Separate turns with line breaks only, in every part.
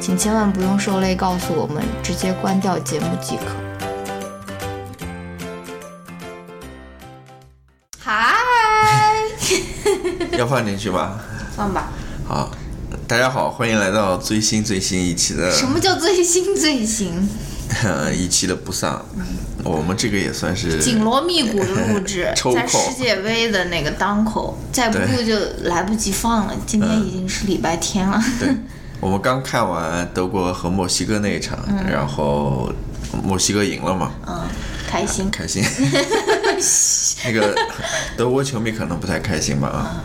请千万不用受累告诉我们，直接关掉节目即可。嗨，
要放进去吧。
放吧。
好，大家好，欢迎来到最新最新一期的
什么叫最新 最新？
一期的不丧，
嗯
我们这个也算是，
紧锣密鼓的录制
抽
在
空
世界杯的那个当口，再不录
对
就来不及放了。今天已经 是礼拜天了，
对，我们刚看完德国和墨西哥那一场，然后墨西哥赢了嘛，
嗯，开心。
开心。那个德国球迷可能不太开心吧啊，
嗯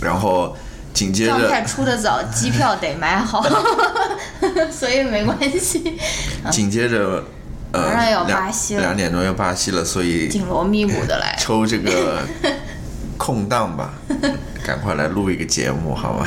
然后紧接
状态
着
出的早，机票得买好， 所以没关系。
紧接着呃
马上要
两
巴西了
两点钟要巴西了，所以
紧锣密鼓的 来，
抽这 个空档吧，赶快来录一个节目好吗？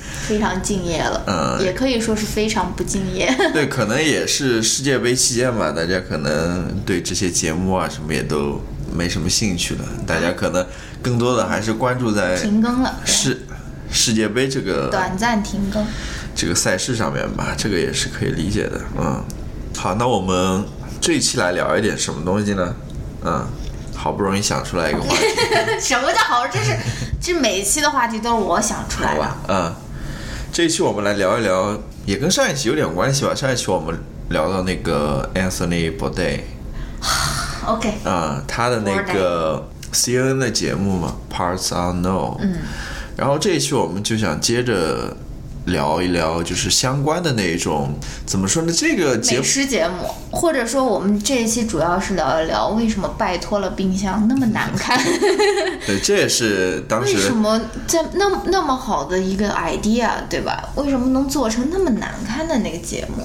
非常敬业了，
嗯
也可以说是非常不敬业。
对，可能也是世界杯期间吧，大家可能对这些节目啊什么也都没什么兴趣了，大家可能更多的还是关注在
停更了，对
世世界杯这个
短暂停更。
这个赛事上面吧，这个也是可以理解的。嗯，好，那我们这一期来聊一点什么东西呢？嗯，好不容易想出来一个话题，
什么叫好？这是这每一期的话题都是我想出来
好
的。
吧？嗯，这一期我们来聊一聊，也跟上一期有点关系吧。上一期我们聊到那个 Anthony Bourdain。
OK，
啊、他的那个 CNN 的节目嘛，Parts Unknown。嗯。然后这一期我们就想接着聊一聊，就是相关的那一种怎么说呢？这个节
美
目
食节目，或者说我们这一期主要是聊一聊为什么拜托了冰箱那么难看，
对，这也是当
为
时
什么在那么那么好的一个 idea 对吧？为什么能做成那么难看的那个节目？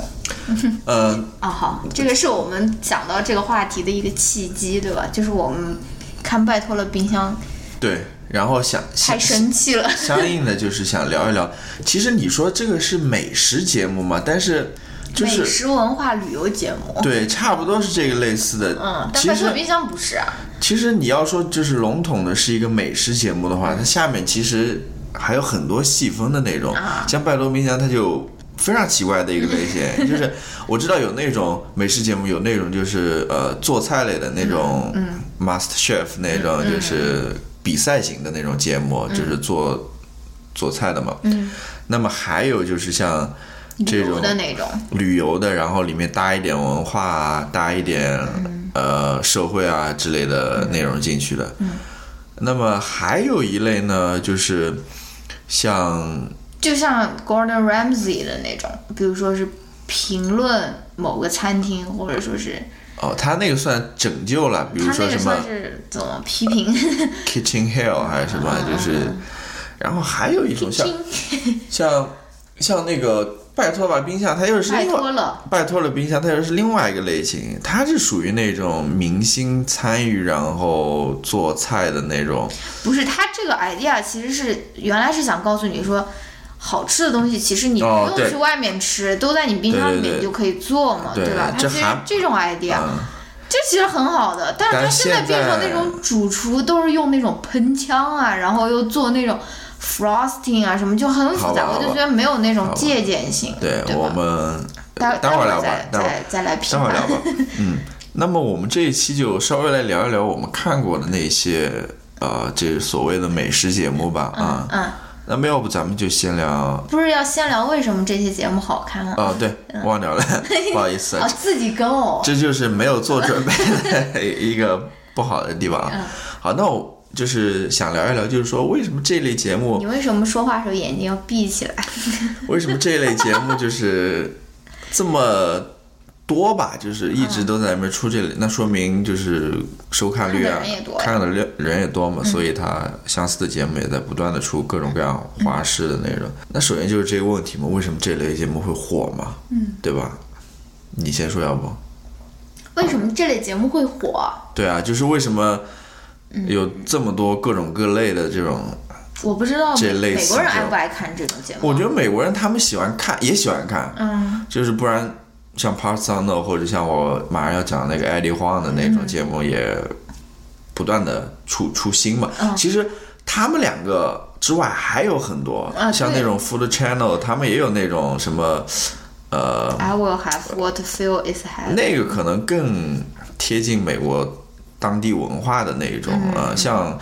呃，
啊好，这个是我们讲到这个话题的一个契机对吧？就是我们看拜托了冰箱
对，然后想
太
想
生气了，
相应的就是想聊一聊，其实你说这个是美食节目嘛，但是就
美
是。
食文化旅游节目。
对，差不多是这个类似的。
嗯，但
其
拜
实
托冰箱不是啊，
其实你要说就是笼统的是一个美食节目的话，它下面其实还有很多细分的内容，
啊
像拜罗冰箱它就非常奇怪的一个类 型，就是我知道有那种美食节目，有那种就是呃做菜类的那种，Master
嗯
Chef 那种就是比赛型的那种节目，就是做做菜的嘛。
嗯，
那么还有就是像
旅
这种
游的那种，
旅游的，然后里面搭一点文化啊，搭一点、
嗯
呃社会啊之类的内容进去的。
嗯
那么还有一类呢，就是像
就像 Gordon Ramsay 的那种，比如说是评论某个餐厅，或者说是
哦，他那个算拯救了，比如
他
说
那个
什么
算是怎么批评？
Kitchen Hill 还是什
啊
么，就是，然后还有一 种像像像那个拜托吧冰箱，它又是
拜
另外
托了，
拜托了冰箱，它又是另外一个类型，它是属于那种明星参与然后做菜的那种。
不是他这个 idea 其实是原来是想告诉你说。好吃的东西，其实你不
哦
用
对
去外面吃，都在你冰箱里
对对
面
对
你就可以做嘛，
对
吧？它
这
其实
还
这种 idea，、
嗯
这其实很好的，但是它
但
现在
现
变成
在
那种主厨都是用那种喷枪啊，然后又做那种 frosting 啊什么，就很复
好
杂，我
吧
就
好吧
觉得没有那种
好吧
借鉴性，
对，
对
我
吧？
们
待
待会儿聊吧
再，
待会儿
再再来评
待会儿聊
判。
吧。嗯，那么我们这一期就稍微来聊一聊我们看过的那些呃，这所谓的美食节目吧啊。
嗯，
那么要不咱们就先聊啊、
不是要先聊为什么这些节目好看啊？
对，
嗯
忘聊了，不好 意思啊
哦
啊，，自己跟哦，
这就是没有做准备的一个不好的地方
嗯
啊。好，那我就是想聊一聊，就是说为什么这类节目
你，为什么说话时候眼睛要闭起来？
为什么这类节目就是这么多吧？就是一直都在那边出这类，那说明就是收看率啊
看的人也多，呀
嗯看的人人也多嗯嘛，所以它相似的节目也在不断的出各种各样花式的内容。那首先就是这个问题嘛，为什么这类节目会火嘛？嗯，对吧？你先说，要不？
为什么这类节目会火？
对啊，就是为什么有这么多各种各类的这种？
我不知道
这类
美
似
美国人
这种
爱不爱看这种节目。
我觉得美国人他们喜欢看，也喜欢看，
嗯，
就是不然像 Part s o n 或者像我马上要讲那个爱丽晃的那
嗯
种节目，也不断的出出新嘛。
嗯
其实他们两个之外还有很多，
啊
像
对
那种 Food Channel，他们也有那种什么，呃，
I will have what feel is have。
那个可能更贴近美国当地文化的那一种，
嗯
呃，像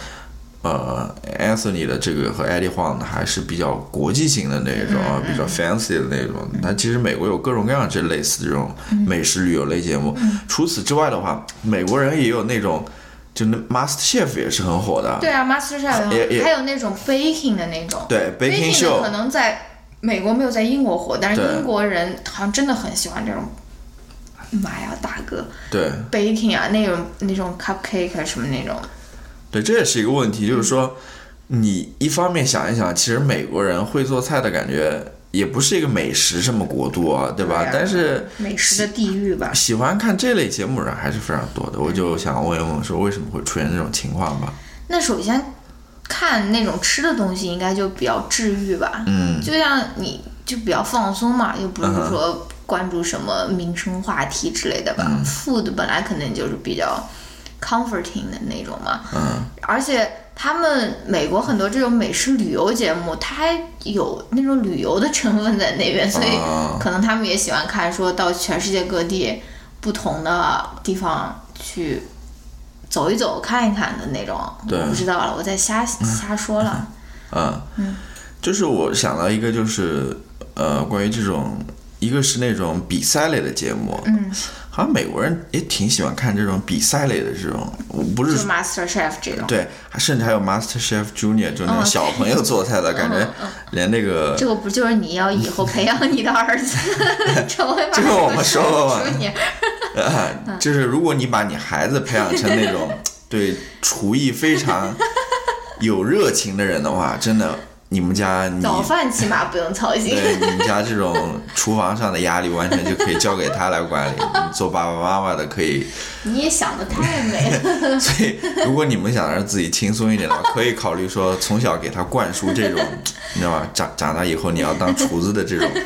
呃 Anthony 的这个和 Eddie Huang 的还是比较国际型的那
嗯
种，啊，比较 fancy 的那种。但其实美国有各种各样这类似这种
嗯
美食旅游类节目。除此之外的话，美国人也有那种，就那 Master Chef 也是很火的，
对啊，Master Chef，
也也
还有那种 baking 的那种
对 Baking
baking 的
Show
可。能在美国没有在英国火，但是
对
英国人好像真的很喜欢这种。妈呀，大哥
对
，baking 啊，那种那种 cupcake 啊什么那种，
对，这也是一个问题，就是说，你一方面想一想，其实美国人会做菜的感觉。也不是一个美食这么国度啊，对吧？
对啊
但是
美食的地狱吧。
喜欢看这类节目人还是非常多的，我就想问一问，说为什么会出现这种情况吧？
那首先看那种吃的东西，应该就比较治愈吧。
嗯，
就像你就比较放松嘛，又不是
嗯哼嗯
说关注什么民生话题之类的吧。Food 本来肯定就是比较 comforting 的那种嘛，
嗯，
而且他们美国很多这种美食旅游节目，它还有那种旅游的成分在那边，所以
啊
可能他们也喜欢看，说到全世界各地不同的地方去走一走、看一看的那种。
对
我不知道了，我在瞎瞎说了。
嗯，就是我想到一个，就是呃，关于这种，一个是那种比赛类的节目，嗯，好像美国人也挺喜欢看这种比赛类的这种，我不
就是 Master Chef 这种，
对，甚至还有 Master Chef Junior，就那种
嗯
小朋友做菜的感觉，连那个
这个不就是你要以后培养你的儿子成为
这个我们说过吧
厨娘嗯
啊， 就是如果你把你孩子培养成那种 对厨艺非常有热情的人的话，真的，你们家你
早饭起码不用操心。
对你们家这种厨房上的压力，完全就可以交给他来管理。你做爸爸妈妈的可以，
你也想的太美了。
所以如果你们想让自己轻松一点的话，可以考虑说从小给他灌输这种，你知道吧？长长大以后你要当厨子的这种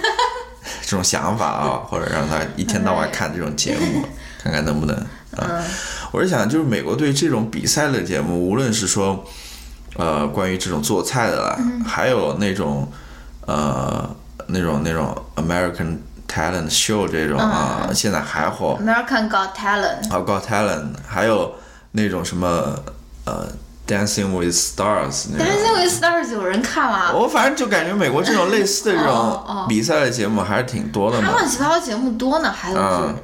这种想法啊，或者让他一天到晚看这种节目，看看能不能啊。我是想，就是美国对这种比赛类节目，无论是说，呃，关于这种做菜的啦，还有那种，呃，那种那种 American Talent Show 这种啊，现在还火。
American Got Talent，
还有 Got Talent，还有那种什么呃 Dancing with Stars 那
但是
种。
那 with Stars 有人看吗？
我反正就感觉美国这种类似的这
哦哦
种比赛的节目还是挺多的
他
嘛。
乱七八糟节目多呢，还有就是
嗯。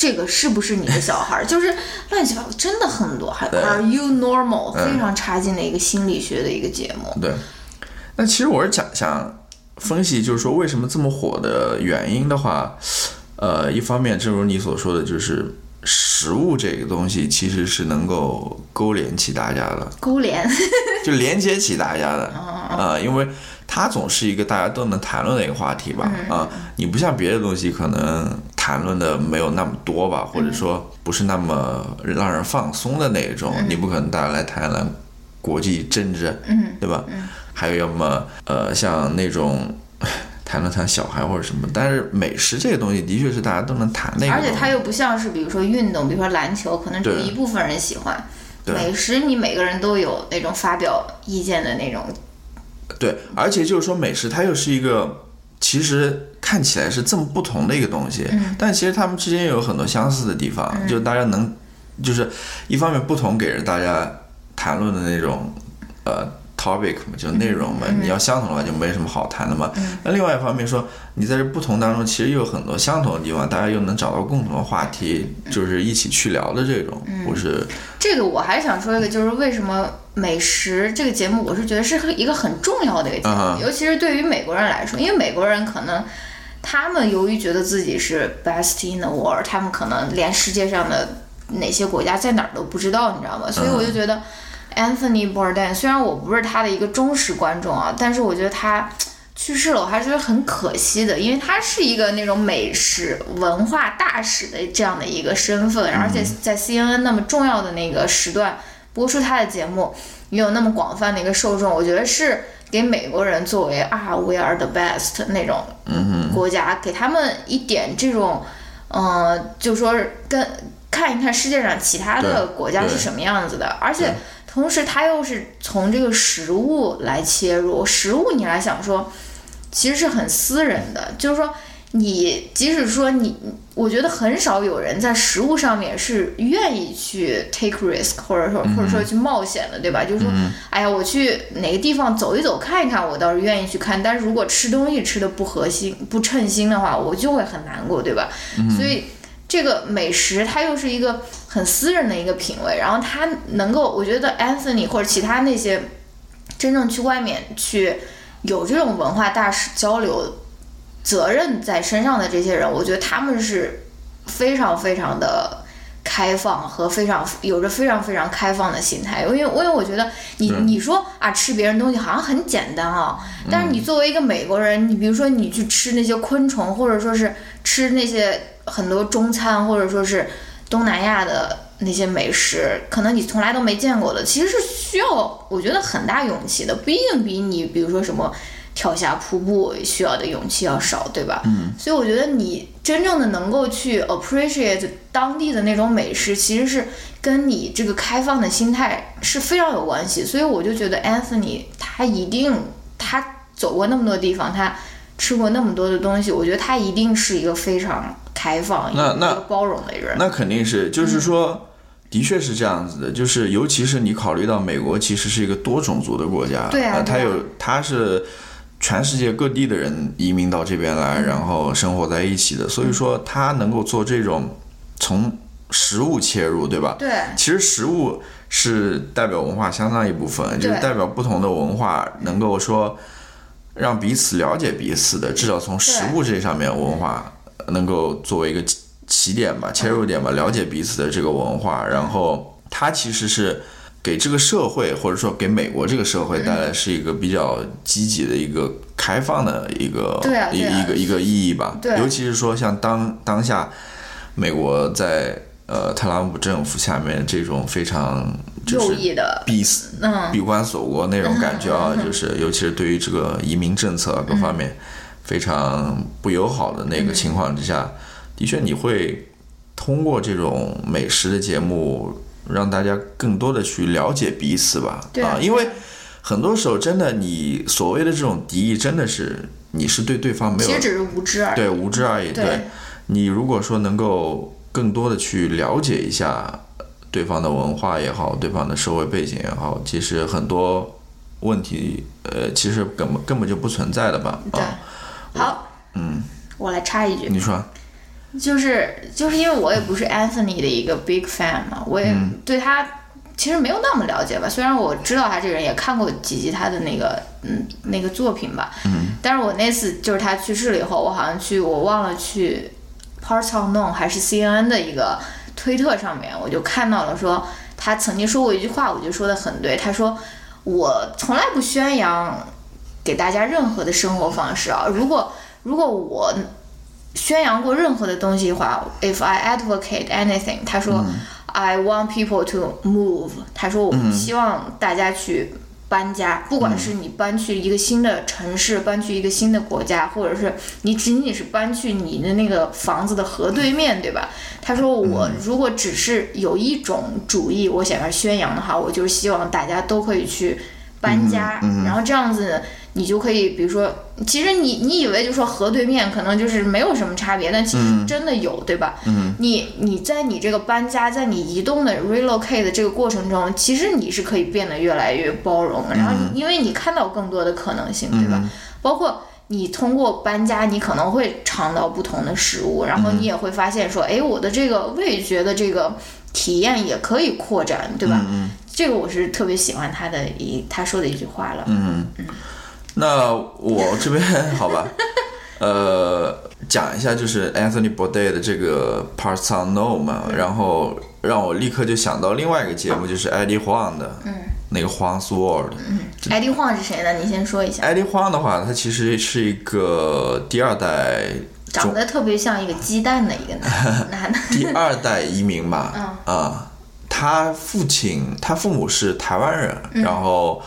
这个是不是你的小孩儿？就是乱七八糟，真的很多。还有 Are You Normal，、非
嗯
常差劲的一个心理学的一个节目。
对，那其实我是想想分析，就是说为什么这么火的原因的话，呃，一方面正如你所说的，就是食物这个东西其实是能够勾连起大家的，
勾连，
就连接起大家的
嗯
啊、因为它总是一个大家都能谈论的一个话题吧
嗯
啊、你不像别的东西可能谈论的没有那么多吧，或者说不是那么让人放松的那一种，你不可能大家来谈论国际政治，
嗯，
对吧？还有要么呃像那种。 谈论谈小孩或者什么，但是美食这个东西的确是大家都能谈那个
而
东西，
且它又不像是，比如说运动，比如说篮球，可能只有
对
一部分人喜欢。
对
美食，你每个人都有那种发表意见的那种。
对，而且就是说美食它又是一个，其实看起来是这么不同的一个东西，但其实它们之间有很多相似的地方，就大家能，就是一方面不同给人大家谈论的那种，呃， topic 嘛，就内容嘛，你要相同的话就没什么好谈的嘛。那另外一方面说，你在这不同当中其实又有很多相同的地方，大家又能找到共同的话题，就是一起去聊的这种，我是
这个我还是想说一个，就是为什么美食这个节目，我是觉得是一个很重要的一个节目，
嗯
尤其是对于美国人来说，因为美国人可能他们由于觉得自己是 best in the world，他们可能连世界上的哪些国家在哪儿都不知道，你知道吗？所以
嗯
我就觉得 Anthony Bourdain，虽然我不是他的一个忠实观众啊，但是我觉得他。去世了，我还是觉得很可惜的，因为他是一个那种美食文化大使的这样的一个身份，而且在 CNN 那么重要的那个时段播出他的节目，也有那么广泛的一个受众，我觉得是给美国人作为啊 we are the best 那种
嗯
国家，给他们一点这种，呃，就说是跟看一看世界上其他的
对
国家是
对
什么样子的，而且同时他又是从这个食物来切入，食物你来想说。其实是很私人的，就是说你即使说你，我觉得很少有人在食物上面是愿意去 take risk，或者说或者说去冒险的，对吧？就是说，哎呀，我去哪个地方走一走看一看，我倒是愿意去看，但是如果吃东西吃的不合心、不称心的话，我就会很难过，对吧？所以。这个美食它又是一个很私人的一个品味，然后它能够，我觉得 Anthony 或者其他那些真正去外面去有这种文化大使交流责任在身上的这些人，我觉得他们是非常非常的开放和非常有着非常非常开放的心态，因为因为我觉得你你说啊吃别人东西好像很简单啊、但是你作为一个美国人，你比如说你去吃那些昆虫，或者说是吃那些很多中餐，或者说是东南亚的那些美食，可能你从来都没见过的，其实是需要我觉得很大勇气的，不一定比你比如说什么跳峡瀑布需要的勇气要少，对吧？嗯，所以我觉得你真正的能够去 appreciate 当地的那种美食，其实是跟你这个开放的心态是非常有关系。所以我就觉得 Anthony 他一定他走过那么多地方，他吃过那么多的东西，我觉得他一定是一个非常开放、
那
一
那
个包容的人。
那肯定是，就是
嗯
说，的确是这样子的，就是尤其是你考虑到美国其实是一个多种族的国家，
对啊
呃它
对啊
有它是全世界各地的人移民到这边
嗯
来，然后生活在一起的，所以说它能够做这种从食物切入，对吧？
对，
其实食物是代表文化相当一部分，就是
对
代表不同的文化，能够说让彼此了解彼此的，至少从食物这上面文化能够作为一个起起点
嗯
吧、切入点吧，了解彼此的这个文化，然后它其实是。给这个社会，或者说给美国这个社会
嗯
带来是一个比较积极的一个开放的一个
对啊
一
对啊
一个一个意义吧。
对
尤其是说像当当下美国在呃特朗普政府下面这种非常就
右
是
翼的，
闭死
嗯，
闭关锁国那种感觉啊，就是尤其是对于这个移民政策啊各方面
嗯
非常不友好的那个情况之下，的确你会通过这种美食的节目让大家更多的去了解彼此吧，
对啊
啊，因为很多时候真的你所谓的这种敌意，真的是你是对对方没有
其实只是无知而已。
对，无知而已。
对
你如果说能够更多的去了解一下对方的文化也好，对方的社会背景也好，其实很多问题，呃，其实根本根本就不存在的吧？
对
啊，
好，嗯，我来插一句，
你说，
就是就是因为我也不是 Anthony 的一个 big fan 嘛，我也对他其实没有那么了解吧。虽然我知道他这个人，也看过几集他的那个嗯那个作品吧，嗯，但是我那次就是他去世了以后，我好像去我忘了去 Parts Unknown 还是 CNN 的一个推特上面，我就看到了说他曾经说过一句话，我觉得说的很对，他说我从来不宣扬给大家任何的生活方式啊，如果如果我宣扬过任何的东西的话，if I advocate anything，他说、I want people to move，他说我希望大家去搬家，不管是你搬去一个新的城市，搬去一个新的国家，或者是你仅仅是搬去你的那个房子的河对面，对吧？他说我如果只是有一种主义，我想要宣扬的话，我就是希望大家都可以去搬家，然后这样子呢，你你就可以，比如说，其实你你以为就说河对面可能就是没有什么差别，但其实真的有，对吧？
嗯，
你你在你这个搬家，在你移动的 relocate 的这个过程中，其实你是可以变得越来越包容，
嗯
然后你因为你看到更多的可能性，对吧？包括。你通过搬家，你可能会尝到不同的食物，然
嗯
后你也会发现说，哎，我的这个味觉的这个体验也可以扩展，对吧？
嗯
这个我是特别喜欢他的一他说的一句话了。
嗯，那我这边好吧，呃，讲一下就是 Anthony Bourdain 的这个 Parts Unknown 嘛，然后让我立刻就想到另外一个节目，就是 Eddie Huang 的，那个 Huang's World，
艾迪晃是谁呢？你先说一下。
艾丽花的话，她其实是一个第二代
长
中
得特别像一个鸡蛋的一个 男男的。
第二代移民吧，啊、他父亲他父母是台湾人，然后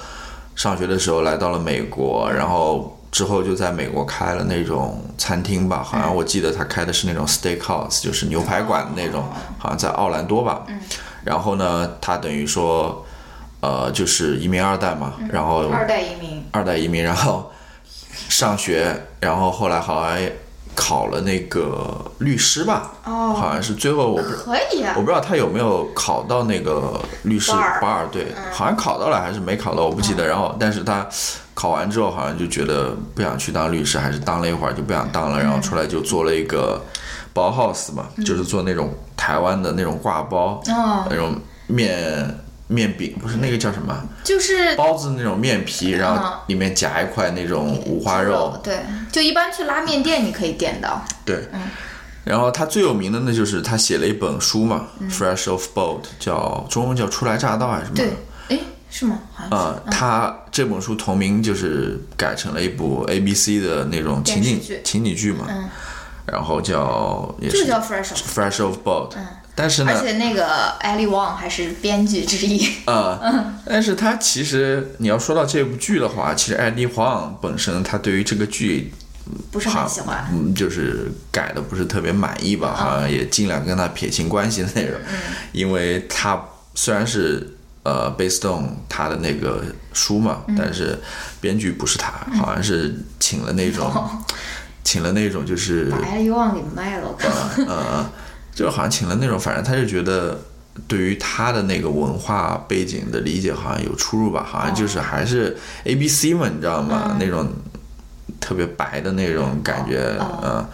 上学的时候来到了美国，然后之后就在美国开了那种餐厅吧，好像我记得他开的是那种 steakhouse，就是牛排馆的那种，好像在奥兰多吧。然后呢，他等于说，呃，就是移民二代嘛，然后
代移民。
二代移民，然后上学，然后后来好像也考了那个律师吧，
哦
好像是最后我不
可以啊
我不。知道他有没有考到那个律师
巴尔嗯
巴尔，对，好像考到了还是没考到，我不记得。然后，但是他考完之后好像就觉得不想去当律师，还是当了一会儿就不想当了，然后
嗯
出来就做了一个包 house 嘛，就是做那种台湾的那种挂包，
哦，
那种面面饼，不是那个叫什么？
就是
包子那种面皮，
嗯
然后里面夹一块那种五花肉，
对，就一般去拉面店你可以点到。
对。然后他最有名的那就是他写了一本书嘛，Fresh
嗯
off Boat》，叫中文叫《初来乍到》还是什么？
对，嗯哎，是吗？好像
啊、他这本书同名就是改成了一部 A B C 的那种情景
电视剧
情景剧嘛，然后叫也
就是叫 fresh。
Fresh off Boat，、但是
而
呢，
且那个艾利旺还是编剧之一。
啊、
嗯
但是他其实你要说到这部剧的话，其实艾丽黄本身他对于这个剧
不是很喜欢嗯
嗯，就是改的不是特别满意吧，好像也尽量跟他撇清关系的那种， 因为他虽然是呃 based on 他的那个书嘛，
嗯
但是编剧不是他，好像是请了那种，
哦
请了那种就是
把艾利旺给卖了，我靠！
呃，就好像请了那种，反正他就觉得对于他的那个文化背景的理解好像有出入吧，好
哦
像就是还是 A B C 嘛，你知道吗？
嗯
那种特别白的那种感觉，嗯、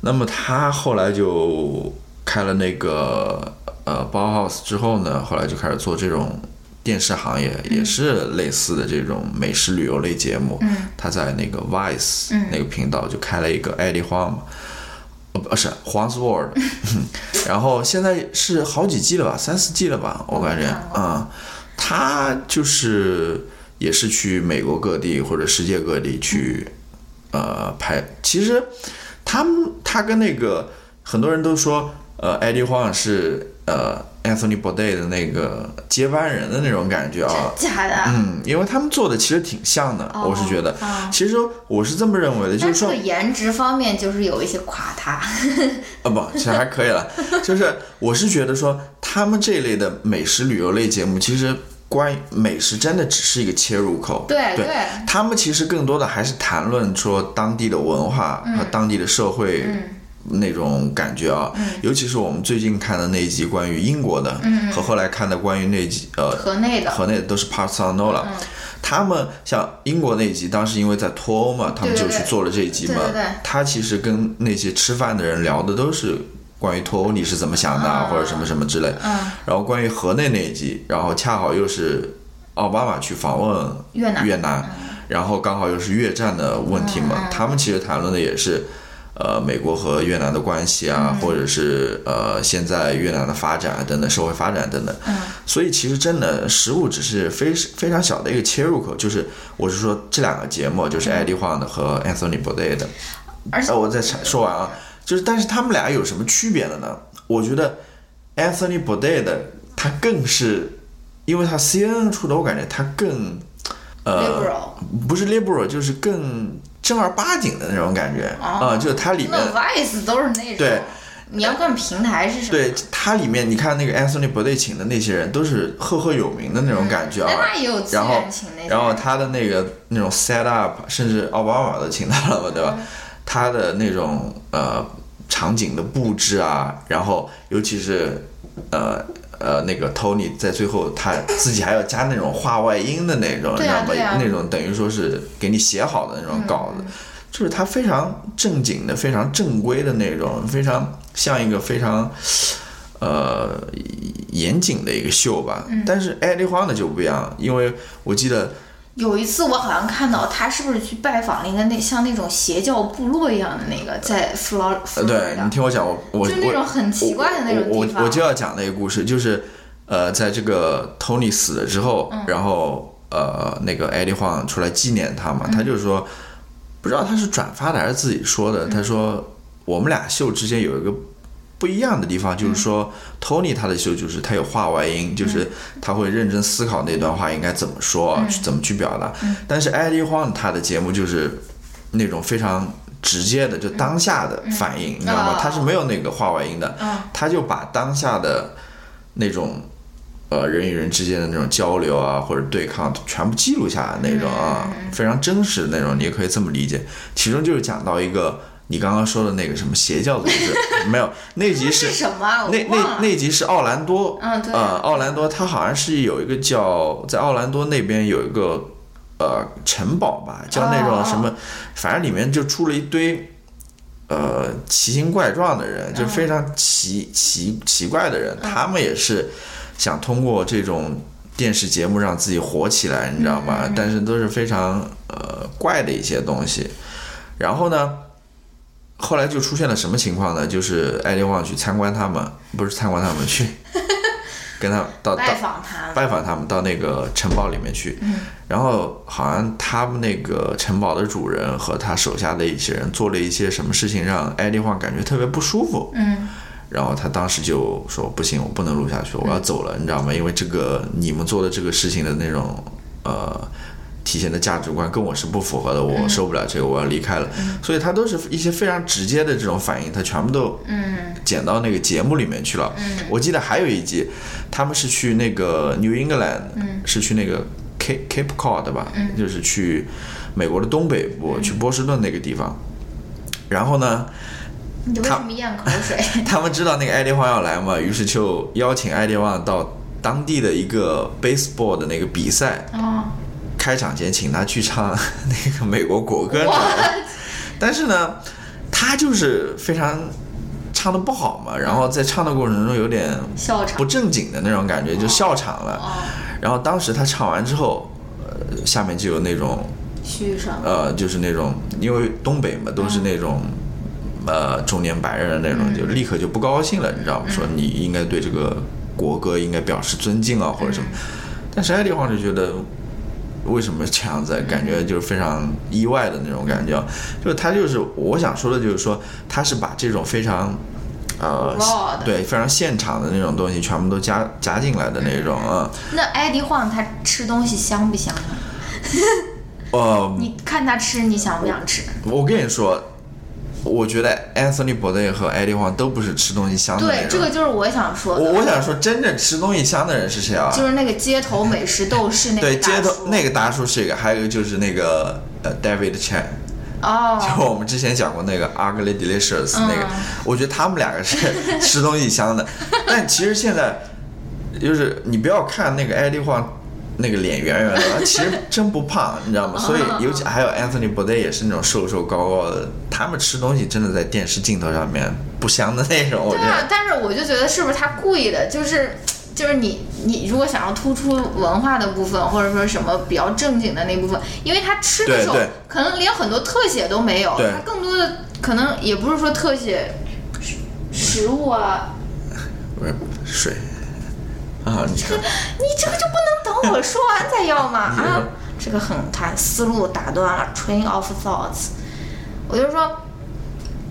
那么他后来就开了那个呃包 house 之后呢，后来就开始做这种。电视行业也是类似的这种美食旅游类节目，他在那个 Vice、那个频道就开了一个爱丽花嘛，呃不是 Huang's World，然 后现在是好几季了吧，三四季了吧，我感觉
看
啊、他就是也是去美国各地或者世界各地去呃拍，其实他们他跟那个很多人都说，呃，艾迪晃是呃 Anthony Bourdain 的那个接班人的那种感觉啊、
假的。
嗯，因为他们做的其实挺像的，我是觉得，
哦
其实我是这么认为的，就
但
是
这
说
个，颜值方面就是有一些垮塌。
啊不，其实还可以了。就是我是觉得说，他们这一类的美食旅游类节目，其实关于美食真的只是一个切入口。
对
对
对
他们其实更多的还是谈论说当地的文化
嗯
和当地的社会。那种感觉啊，
嗯
尤其是我们最近看的那一集关于英国的，
嗯
和后来看的关于那集呃
河内的，
河内都是 Parts Unknown 了。
嗯
他们像英国那一集，当时因为在脱欧嘛，他们
对
就
对
去做了这一集嘛。
对对对
他其实跟那些吃饭的人聊的都是关于脱欧你是怎么想
嗯
的啊，或者什么什么之类。然后关于河内那一集，然后恰好又是奥巴马去访问
越南
越南，然后刚好又是越战的问题嘛，他们其实谈论的也是。呃，美国和越南的关系啊，或者是呃，现在越南的发展等等，社会发展等等。所以其实真的食物只是非非常小的一个切入口，就是我是说这两个节目，就是艾迪晃的和 Anthony Bourdain 的。
而且
呃，我再阐说完啊，就是但是他们俩有什么区别的呢？我觉得 Anthony Bourdain 的他更是，因为他 CNN 出的，我感觉他更呃
liberal
不是 liberal，就是更正儿八经的那种感觉啊、就是它里面
那 vice 都是那种
对，
你要看平台是什么。
对它里面，你看那个 Anthony b o r d e 请的那些人，都是赫赫有名的那种感觉啊。
但那也有资
然后
源请那些，
然后他的那个那种 set up，甚至奥巴马都请到了嘛，对吧？他的那种呃场景的布置啊，然后尤其是呃呃那个 Tony 在最后他自己还要加那种话外音的那种，
对啊
你知
对
道吗
啊？嗯
那种等于说是给你写好的那种稿子，就是他非常正经的、非常正规的那种，非常像一个非常。呃，严谨的一个秀吧，
嗯
但是爱丽花呢就不一样，因为我记得
有一次我好像看到他是不是去拜访了一个那像那种邪教部落一样的那个在弗劳
呃，
弗洛
对
里
你
达，
听我讲，我我
就那种很奇怪的那种
我
地
我
方。
我就要讲那个故事，就是呃，在这个 Tony 死了之后，
嗯
然后呃，那个 Eddie Huang 出来纪念他嘛，他
嗯
就说，不知道他是转发的还是自己说的，
嗯
他说我们俩秀之间有一个。不一样的地方就是说、t o n y 他的秀就是他有话外音，就是他会认真思考那段话应该怎么说，去怎么去表达。但是艾丽晃他的节目就是那种非常直接的，就当下的反应，你知道吗
哦？
他是没有那个话外音的，他就把当下的那种呃人与人之间的那种交流啊，或者对抗，全部记录下来那种啊，
嗯
非常真实的那种，你也可以这么理解。其中就是讲到一个你刚刚说的那个什么邪教 组织，没有那集是
是什么啊？我
那
忘
那
了。
那集是奥兰多，
嗯对
呃，奥兰多它好像是有一个叫在奥兰多那边有一个呃城堡吧，叫那种什么，反正里面就出了一堆呃奇形怪状的人，就非常奇、奇奇怪的人，他们也是想通过这种。电视节目让自己火起来，你知道吗？但是都是非常呃怪的一些东西。然后呢，后来就出现了什么情况呢？就是艾利旺去参观他们，不是参观他们，去跟他们到到
拜访他
拜访他们，到那个城堡里面去。然后好像他们那个城堡的主人和他手下的一些人做了一些什么事情，让艾利旺感觉特别不舒服。
嗯，
然后他当时就说：“不行，我不能录下去，我要走了，你知道吗？因为这个你们做的这个事情的那种呃体现的价值观跟我是不符合的，我受不了这个，我要离开了。所以他都是一些非常直接的这种反应，他全部都剪到那个节目里面去了。我记得还有一集，他们是去那个 New England，、是去那个 Cape Cape Cod 吧，就是去美国的东北部，去波士顿那个地方。然后呢，
你为
他
什么咽口 水？
他们知道那个艾利旺要来嘛，于是就邀请艾利旺到当地的一个 baseball 的那个比赛，
哦，
开场前请他去唱那个美国国歌，但是呢，他就是非常唱的不好嘛，然后在唱的过程中有点
笑场
不正经的那种感觉，就笑场了。然后当时他唱完之后，呃，下面就有那种
续上。
呃，就是那种，因为东北嘛，都是那种，呃，中年白人的那种，就立刻就不高兴了，你知道吗？说你应该对这个国歌应该表示尊敬啊，或者什么。但是艾丽皇就觉得，为什么这样子？啊感觉就是非常意外的那种感觉。啊就是他就是我想说的，就是说他是把这种非常。呃
Raw 的，
对，非常现场的那种东西，全部都加加进来的那种啊，
那艾迪晃他吃东西香不香啊？
呃，
你看他吃，你想不想吃？
我跟你说，我觉得 Anthony Bourdain 和艾利旺都不是吃东西香的那
对，
种。
这个就是我想说
我
的，
我想说，真正吃东西香的人是谁啊？
就是那个街头美食 斗士那个
对，
大
街头
叔
那个大叔是一个，还有一个就是那个呃 David Chan，
哦，
就我们之前讲过那个 Ugly Delicious 那
嗯
个，我觉得他们两个是 吃东西香的。但其实现在就是你不要看那个艾丽晃。那个脸圆圆的，他其实真不胖，你知道吗？所以
嗯
尤其还有 Anthony Bourdain 也是那种瘦瘦高高的，他们吃东西真的在电视镜头上面不香的那种，我觉
对
得
啊，但是我就觉得是不是他故意的，就是就是你你如果想要突出文化的部分，或者说什么比较正经的那部分，因为他吃的
对
时候
对
可能连很多特写都没有，
对
他更多的可能也不是说特写食食物啊，
不是水啊，你看。
你这个就不能等我说完再要 吗？啊，这个很他思路打断了，train of thoughts。我就说，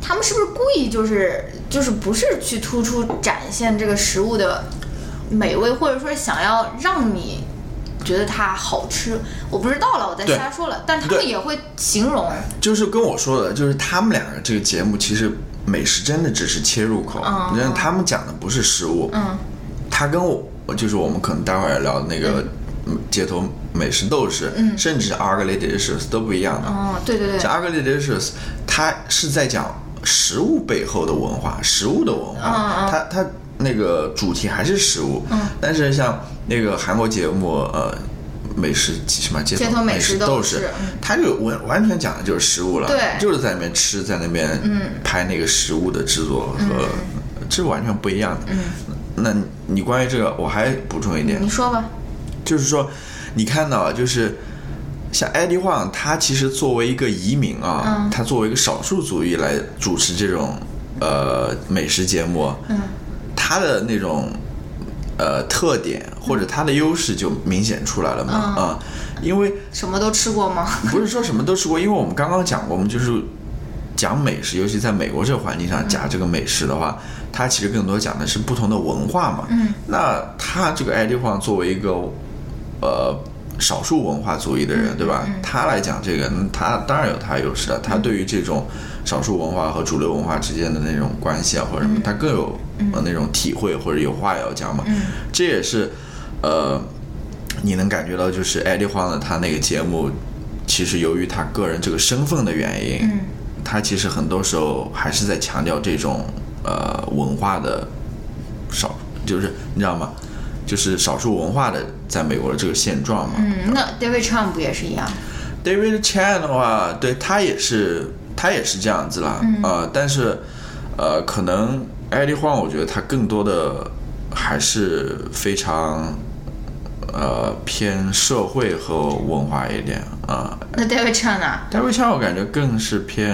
他们是不是故意就是就是不是去突出展现这个食物的美味，或者说想要让你觉得它好吃？我不知道了，我在
对
瞎说了。但他们
对哎
也会形容，
就是跟我说的，就是他们两个这个节目其实美食真的只是切入口，
嗯
因为他们讲的不是食物，嗯，他跟我就是我们可能待会儿要聊的那个街头美食斗士，嗯，甚至 ugly delicious 都不一样的，
哦，对对对，
像 ugly delicious，它是在讲食物背后的文化，食物的文
嗯
化，它它那个主题还是食物，但是像那个韩国节目呃。美食什么街
街头美
美
食
食
斗士
士
嗯，
它就完完全讲的就是食物了，
对嗯
就是在那边吃，在那边拍那个食物的制作和，这完全不一样
嗯
的。那你关于这个，我还补充一点，
你说吧，
就是说，你看到啊就是像艾迪旺，他其实作为一个移民啊，他作为一个少数族裔来主持这种呃美食节目，嗯，他的那种呃特点或者他的优势就明显出来了嘛啊、因为
什么都吃过吗？
不是说什么都吃过，因为我们刚刚讲过，我们就是讲美食，尤其在美国这个环境上讲这个美食的话，它其实更多讲的是不同的文化嘛。嗯，那他这个爱迪旺作为一个呃少数文化族裔的人，对吧？他来讲这个，嗯他当然有他优势的，他对于这种少数文化和主流文化之间的那种关系啊，或者什么，他更有、呃那种体会或者有话要讲嘛。这也是呃。你能感觉到，就是艾丽荒的他那个节目，其实由于他个人这个身份的原因，他其实很多时候还是在强调这种呃文化的少，就是你知道吗？就是少数文化的在美国的这个现状嘛。
嗯，那 David Trump 不也是一样？
David Chan 的话，对他也是他也是这样子啦，呃，但是呃，可能艾丽荒，我觉得他更多的还是非常呃偏社会和文化一点啊、
那 David 啊 Trump 呢？
David Chan 我感觉更是偏，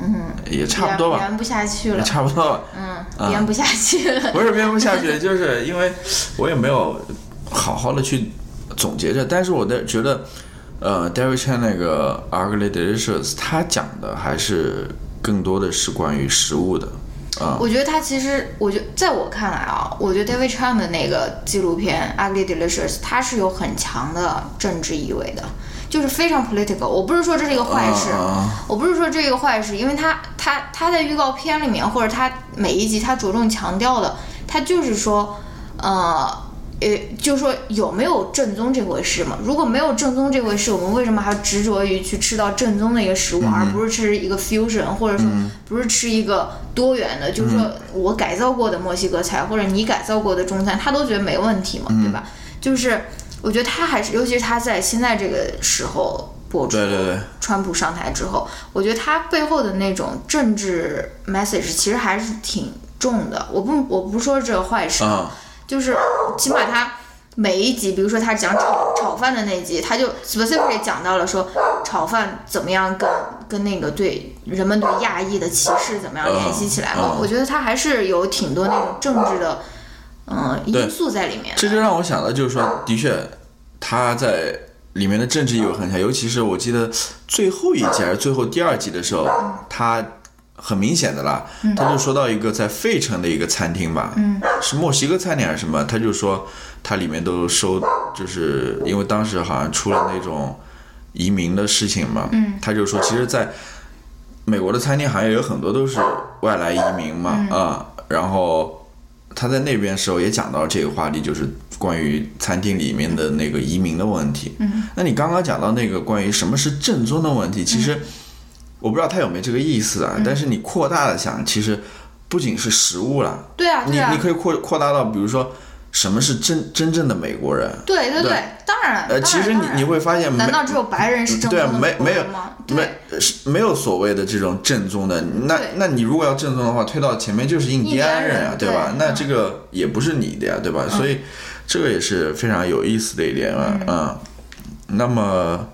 嗯，也差不多
圆
吧，
圆不下去
也
了，
差不多吧，
嗯，圆不下去了。
不是编不下去，就是因为我也没有好好的去总结着，但是我的觉得，呃，David Chan 那个《Ugly Delicious》，他讲的还是更多的是关于食物的，啊、
我觉得他其实，我觉在我看来啊，我觉得 David Trump 的那个纪录片《Ugly Delicious》，它是有很强的政治意味的，就是非常 political。我不是说这是一个坏事，
啊
我不是说这个坏事，因为他他他在预告片里面，或者他每一集他着重强调的，他就是说，呃。呃，就说有没有正宗这回事嘛？如果没有正宗这回事，我们为什么还执着于去吃到正宗的一个食物，
嗯
而不是吃一个 fusion，或者说不是吃一个多元的？就是
嗯
说我改造过的墨西哥菜，或者你改造过的中餐，他都觉得没问题嘛，
嗯
对吧？就是我觉得他还是，尤其是他在现在这个时候播出，
对对对，
川普上台之后，我觉得他背后的那种政治 message 其实还是挺重的。我不，我不说这个坏事，
啊、
就是起码他每一集，比如说他讲炒炒饭的那集，他就 specifically 讲到了说炒饭怎么样跟跟那个对人们对亚裔的歧视怎么样联系起来嘛。
嗯嗯
我觉得他还是有挺多那种政治的嗯、因素在里面的。
这就让我想到，就是说，的确，他在里面的政治意味很强，尤其是我记得最后一集还是最后第二集的时候，他很明显的啦，他就说到一个在费城的一个餐厅吧，是墨西哥餐厅还是什么，他就说它里面都收，就是因为当时好像出了那种移民的事情嘛，他就说其实，在美国的餐厅行业有很多都是外来移民嘛，啊、然后他在那边时候也讲到这个话题，就是关于餐厅里面的那个移民的问题。嗯，那你刚刚讲到那个关于什么是正宗的问题，其
嗯
实我不知道他有没有这个意思啊，但是你扩大的想，其实不仅是食物啦，
对啊，对
你
啊
你，可以扩扩大到，比如说什么是真真正的美国人？
对对
对
当然。
呃，
当
其实
然
你
当然
你会发现没，
难道只有白人是正宗
对
的
啊，没
美国
没有
人吗？
没
对，
是没有所谓的这种正宗的。那
对
那你如果要正宗的话，推到前面就是印第安人啊，
印第安人
吧
对？
那这个也不是你的呀，对吧？所以这个也是非常有意思的一点啊。嗯，那么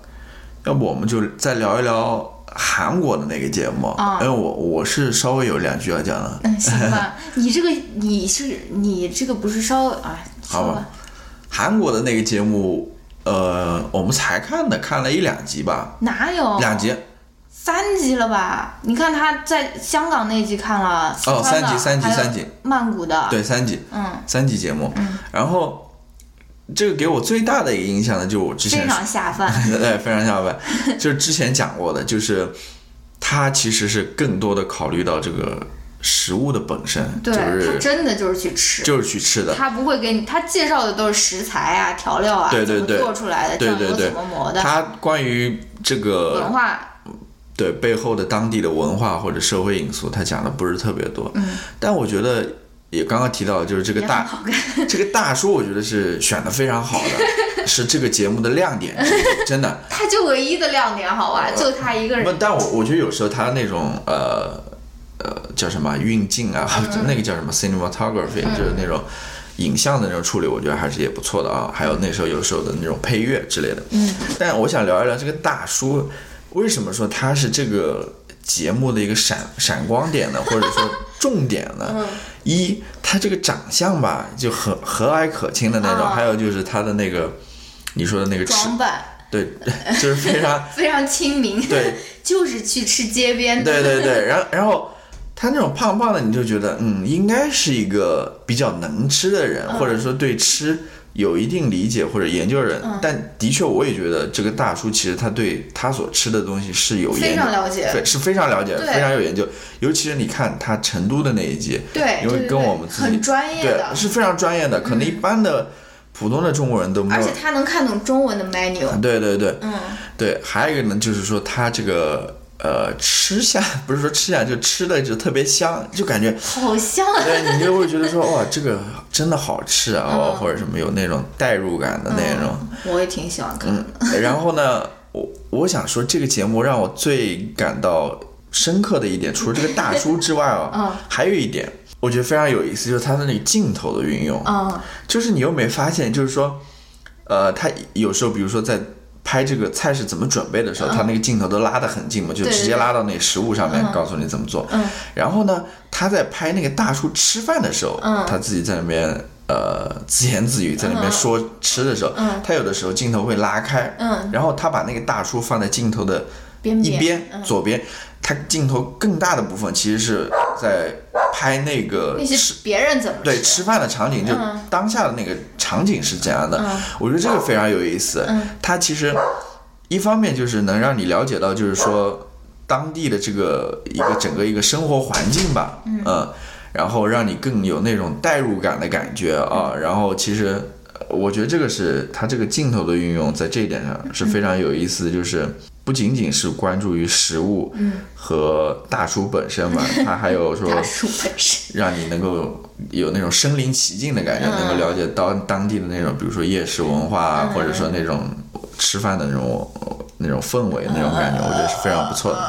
要不我们就再聊一聊。韩国的那个节目，
啊
因为我我是稍微有两句要讲的，
嗯，行吧，你这个你是你这个不是稍啊，
好
说
吧
吧，
韩国的那个节目，呃，我们才看的，看了一两集吧，
哪有
两集
三集了吧？你看他在香港那集看了，四
哦，
川
三
的
集，三集，
还有
三集，
曼谷的，
对，三集，
嗯，
三集节目。然后这个给我最大的一个印象呢，就我之
非
前说
常下 饭，
对，非常下饭，就是之前讲过的，就是他其实是更多的考虑到这个食物的本身，就
对他
是
真的就是去吃，
就是去吃的。
他不会给你，他介绍的都是食材啊、调料啊，
对对对
怎么做出来的，
对
酱
对
油
对
怎么磨的，
他关于这
文
个
化，
对背后的当地的文化或者社会因素，他讲的不是特别多。
嗯，
但我觉得也刚刚提到，就是这个
也很
大
好看
这个大叔，我觉得是选的非常好 的，是这个节目的亮点，真的。
他就唯一的亮点，好吧，
呃
就他一个
不
人，，
但我我觉得有时候他那种呃呃叫什么运镜啊， 那个叫什么 cinematography，、就是那种影像的那种处理，我觉得还是也不错的啊。还有那时候有时候的那种配乐之类的。嗯。但我想聊一聊这个大叔，为什么说他是这个节目的一个闪闪光点呢？或者说重点呢？一，他这个长相吧，就很和蔼可亲的那种，
啊
还有就是他的那个。你说的那个吃，
装扮
对，就是非常
非常亲民，
对，
就是去吃街边的，
对对对，然后然后他那种胖胖的，你就觉得嗯，应该是一个比较能吃的人，
嗯
或者说对吃有一定理解或者研究的人。
嗯
但的确，我也觉得这个大叔其实他对他所吃的东西是有
非
研究
常。了解，
对，是非常了解，
对
非常有研究。尤其是你看他成都的那一集，
对，
因
对
为
对
跟
对
我们自己
很专业
对
的，，嗯
是非常专业的，可能一般的普通的中国人都没
而
有
且。他能看懂中文的 menu，
对对对，
嗯，
对，还有一个呢，就是说他这个呃吃下， 不是说吃下，就吃的就特别香，就感觉，
好香啊，
对，你就会觉得说哇，这个真的好吃啊，哦，或者什么有那种代入感的那种。
我也挺喜欢看
嗯
的，
然后呢，我我想说这个节目让我最感到深刻的一点，除了这个大叔之外啊，还有一点。我觉得非常有意思，就是他的那个镜头的运用，
嗯，
就是你又没发现，就是说，呃，他有时候比如说在拍这个菜是怎么准备的时候，他那个镜头都拉得很近嘛，就
嗯对
直接
对嗯
拉到那个食物上面，告诉你怎么做。然后呢，他在拍那个大叔吃饭的时候，
嗯
他自己在那边呃自言自语，在那边说吃的时候，
嗯
他有的时候镜头会拉开，然后他把那个大叔放在镜头的
边嗯
一
边
边左边，他镜头更大的部分其实是在拍那个
那
吃。
些别人怎么
对
吃
吃饭的场景，就
嗯
当下的那个场景是怎样的？我觉得这个非常有意思。
嗯
它其实一方面就是能让你了解到，就是说当地的这个一个整个一个生活环境吧，嗯。然后让你更有那种代入感的感觉啊，
嗯
然后其实呃我觉得这个是它这个镜头的运用在这一点上是非
嗯
常有意思的，就是不仅仅是关注于食物和大叔本身 吧，它还有说
嗯大叔本身，
让你能够有那种身临其境的感觉，能够了解到当地的那种，比如说夜市文化啊，或者说那种吃饭的那种那种氛围那种感觉，我觉得是非常不错的。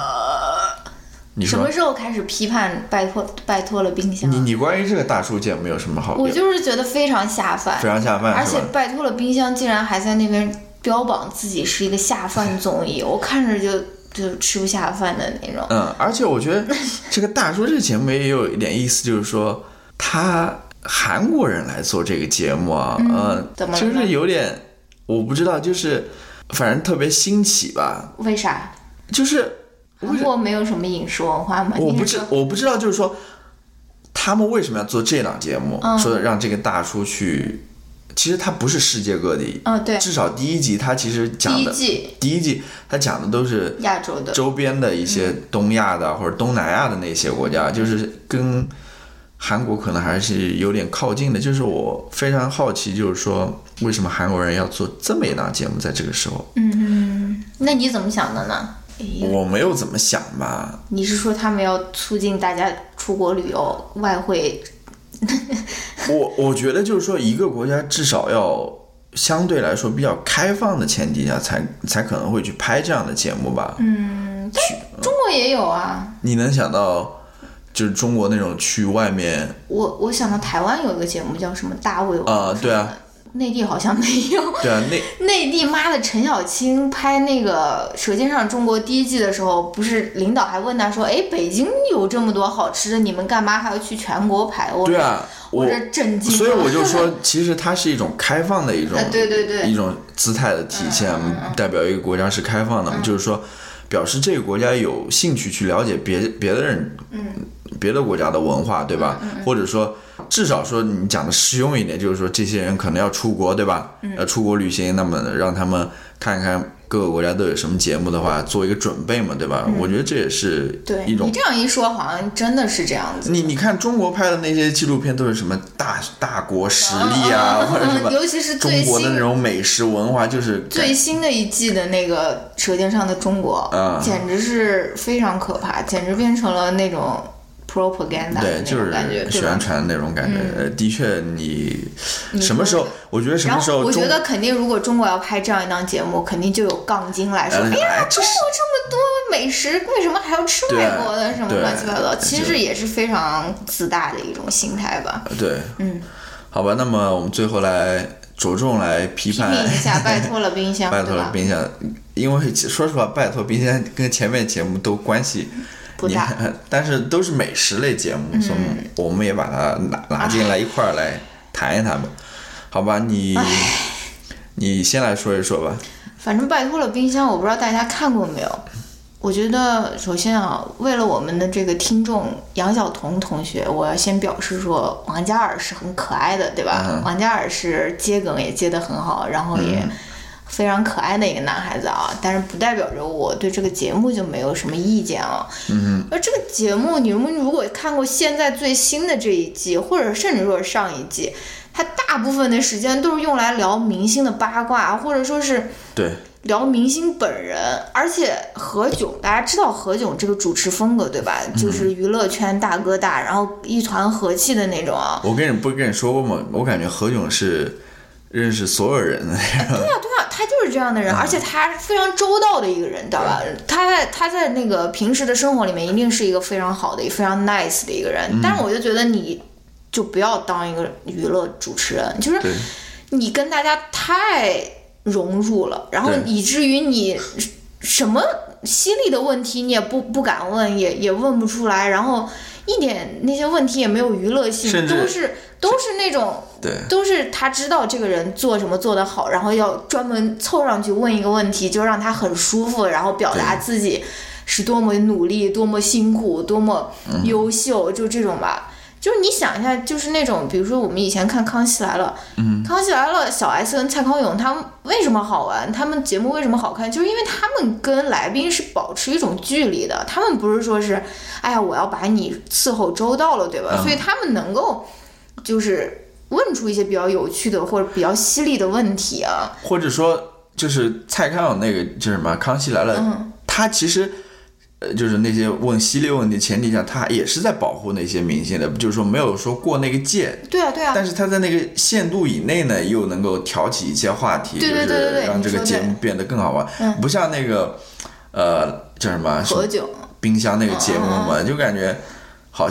你
什
说
么，时候开始批判拜托拜托了冰箱？
你你关于这个大叔节目有什么好？
我就是觉得非常下饭，
非常下饭
而
是
且
吧？
拜托了冰箱竟然还在那边标榜自己是一个下饭综 艺，我看着就就吃不下饭的那种。
嗯，而且我觉得 这个大叔这个节目也有一点意思，就是说他韩国人来做这个节目啊，嗯，
怎么了
就
呢
是有点我不知道，就是反正特别新奇吧，
为啥？
就是。
韩国没有什么饮食文化吗？
我
你
不
是
知
说
我不知道，就是说他们为什么要做这档节目，
嗯
说让这个大叔去，其实他不是世界各地，
嗯，对，
至少第一集他其实讲
第一
的
季
第一季他讲的都是
亚洲的，
周边的一些
嗯
东亚的或者东南亚的那些国家，就是跟韩国可能还是有点靠近的。就是我非常好奇，就是说为什么韩国人要做这么一档节目在这个时候？
嗯那你怎么想的呢？哎
我没有怎么想吧，
你是说他们要促进大家出国旅游，外汇
我我觉得就是说，一个国家至少要相对来说比较开放的前提下才，才可能会去拍这样的节目吧。嗯，
中国也有啊？
你能想到就是中国那种去外面
我我想到台湾有一个节目叫什么《大胃王》
啊、对啊，
内地好像没有。
对啊，那
内地妈的，陈小青拍那个《舌尖上的中国》第一季的时候，不是领导还问他说：“哎，北京有这么多好吃的，你们干嘛还要去全国排？”我
对啊，
我
我
这震惊了。
所以我就说，其实它是一种开放的一种，
啊对对对嗯
一种姿态的体现，代表一个国家是开放的嘛，就是说，表示这个国家有兴趣去了解别别的人，嗯，别的国家的文化，对吧？
嗯
或者说，至少说你讲的实
嗯
用一点，就是说这些人可能要出国，对吧？要出国旅行，那么让他们看看各个国家都有什么节目的话，做一个准备嘛，对吧？我觉得这也是
嗯对
一种
你这样一说，好像真的是这样子。嗯
你你看中国拍的那些纪录片都是什么大大国实力啊， 或者什 么，
尤其是
中
最
国的那
新
种美食文化，就是
最新的一季的那个《舌尖上的中国》
嗯
简直是非常可怕，简直变成了那种 propaganda 的那
对，就
种感觉，
是
对
宣
吧？嗯
传那种感觉。呃，的确，你
你
什么时候？我觉得什
然
么时
后
候
我
中
觉得肯定，如果中国要拍这样一档节目，肯定就有杠精来说：“
呃
哎呀，
哎
中
这是
国这么多美食，为什么还要吃
对
外国的？什么
对
乱七八糟？”
就
其实也是非常自大的一种心态吧。
对，
嗯，
好吧，那么我们最后来着重来批
批
判
评一下，拜托了冰箱，
拜托
对
了
吧？
冰箱，因为说实话，拜托冰箱跟前面节目都关系
不
你
大嗯
看， 但是都是美食类节目，所以我们也把它拿拿进来一块儿来谈一谈吧，好吧？你你先来说一说吧，
反正拜托了冰箱，我不知道大家看过没有。我觉得首先啊，为了我们的这个听众杨晓彤同学，我要先表示说，王嘉尔是很可爱的，对吧？
嗯
王嘉尔是接梗也接得很好，然后也非常可爱的一个男孩子啊。但是不代表着我对这个节目就没有什么意见啊。嗯，而这个节目，你如果如果看过现在最新的这一季，或者甚至说是上一季，它大部分的时间都是用来聊明星的八卦，或者说是。
对，
聊明星本人，而且何炅，大家知道何炅这个主持风格对吧？就是娱乐圈大哥大，然后一团和气的那种啊。
我跟你不是跟你说过吗？我感觉何炅是认识所有人的那种。
对啊，对啊，他就是这样的人，而且他非常周到的一个人，知道吧？他在他在那个平时的生活里面，一定是一个非常好的、非常 nice 的一个人。但是我就觉得你就不要当一个娱乐主持人，就是
对
你跟大家太融入了，然后
对
以至于你什么犀利的问题你也不不敢问，也也问不出来，然后一点那些问题也没有娱乐性，
甚至
都是都是那种
对
都是他知道这个人做什么做得好，然后要专门凑上去问一个问题，就让他很舒服，然后表达
对
自己是多么努力、多么辛苦、多么优
嗯
秀，就这种吧。就是你想一下，就是那种，比如说我们以前看《康熙来了》，嗯，《康熙来了》小 S 跟蔡康永他们为什么好玩？他们节目为什么好看？就是因为他们跟来宾是保持一种距离的，他们不是说是，哎呀，我要把你伺候周到了，对吧？
嗯
所以他们能够就是问出一些比较有趣的或者比较犀利的问题啊。
或者说就是蔡康永那个就是什么《康熙来了》
嗯
他其实呃就是那些问犀利问题前提下，他也是在保护那些明星的，就是说没有说过那个界。
对啊，对啊，
但是他在那个限度以内呢，又能够挑起一些话题，
对对对对
就
对
是让
你
这个
说
节
对嗯
目变得更好玩，不像那个呃叫什么什么
何炅，
冰箱那个节目
啊
嘛，就感觉 好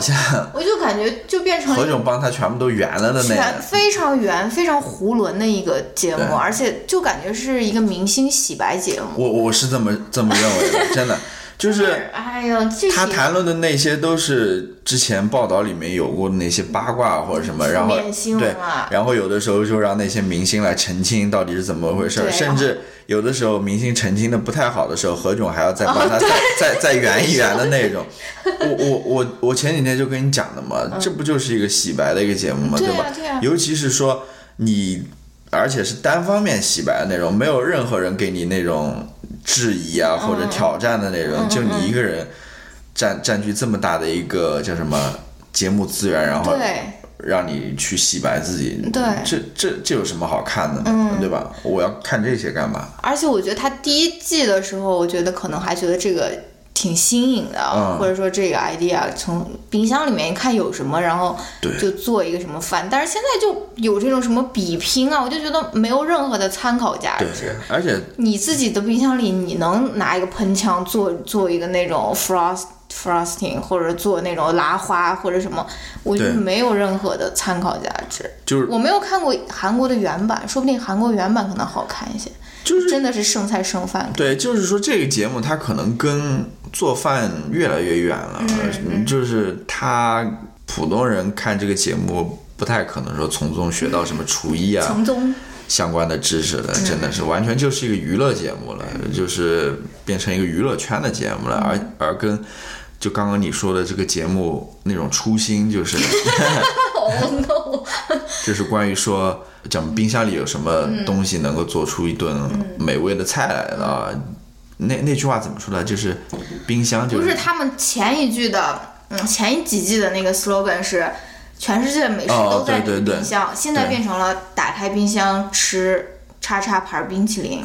像
我就感觉就变成了
何
一个
炅帮他全部都圆了的那
全
样。
非常圆、非常囫囵的一个节
对
目，而且就感觉是一个明星洗白节目。
我我是这么这么认为的，真的就是。
哎呀，这
他
些
谈论的那些都是之前报道里面有过的那些八卦或者什么，然后
负面新闻
对
啊，
然后有的时候就让那些明星来澄清到底是怎么回事儿，
对啊
甚至有的时候明星澄清的不太好的时候，何炅还要再
哦
帮他再、再再圆一 圆的那种。我我我我前几天就跟你讲的嘛，这不就是一个洗白的一个节目
嗯
嘛，
对啊
吧？
对啊
尤其是说你，而且是单方面洗白的那种，没有任何人给你那种质疑啊或者挑战的那种，就你一个人占占据这么大的一个叫什么节目资源，然后
对
让你去洗白自己，
对
这这这有什么好看的呢？对吧？我要看这些干嘛？
而且我觉得他第一季的时候，我觉得可能还觉得这个挺新颖的，
嗯
或者说这个 idea 从冰箱里面看有什么，然后
对
就做一个什么饭。但是现在就有这种什么比拼啊，我就觉得没有任何的参考价
对
值。，
而且
你自己的冰箱里，你能拿一个喷枪做做一个那种 frost frosting，或者做那种拉花或者什么，我觉得
对
没有任何的参考价值。
就是
我没有看过韩国的原版，说不定韩国原版可能好看一些，
就是
真的是剩菜剩饭。
对，就是说这个节目它可能跟做饭越来越远了，嗯就是他普通人看这个节目不太可能说从中学到什么厨艺啊
从中
相关的知识的，真的是完全就是一个娱乐节目了，就是变成一个娱乐圈的节目了，而
嗯
而跟。就刚刚你说的这个节目那种初心，就是
我 Oh no！ 嗯
就是关于说，咱们冰箱里有什么东西能够做出一顿美味的菜来的啊？那那句话怎么说呢？就是冰箱就
不是他们前一句的，嗯，前一几季的那个 slogan 是全世界的美食
哦
都在
对
你
对
冰箱，现在
对
变成了打开冰箱吃叉叉牌冰淇 淋，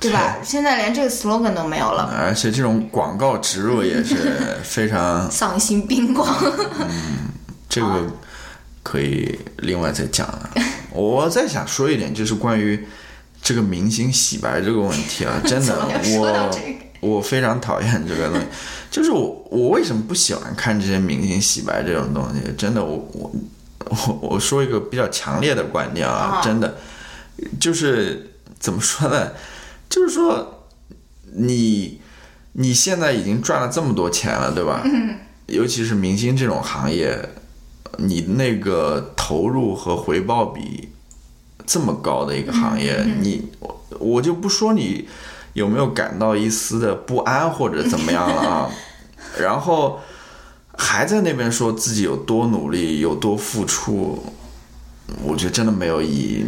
对吧？现在连这个 slogan 都没有了，
而且这种广告植入 也是非常，
丧心病狂。
这个可以另外再讲了。 我再想说一点，就是关于这个明星洗白这个问题啊，真
怎
的
么又，说到
我
这个
我非常讨厌这个东西。 就是我我为什么不喜欢看这些明星洗白这种东西？真的，我我我我说一个比较强烈的观点啊，真的，就是怎么说呢？就是说你你现在已经赚了这么多钱了，对吧？嗯。尤其是明星这种行业，你那个投入和回报比这么高的一个行业，你我我就不说你有没有感到一丝的不安或者怎么样了啊，然后还在那边说自己有多努力、有多付出，我觉得真的没有意义。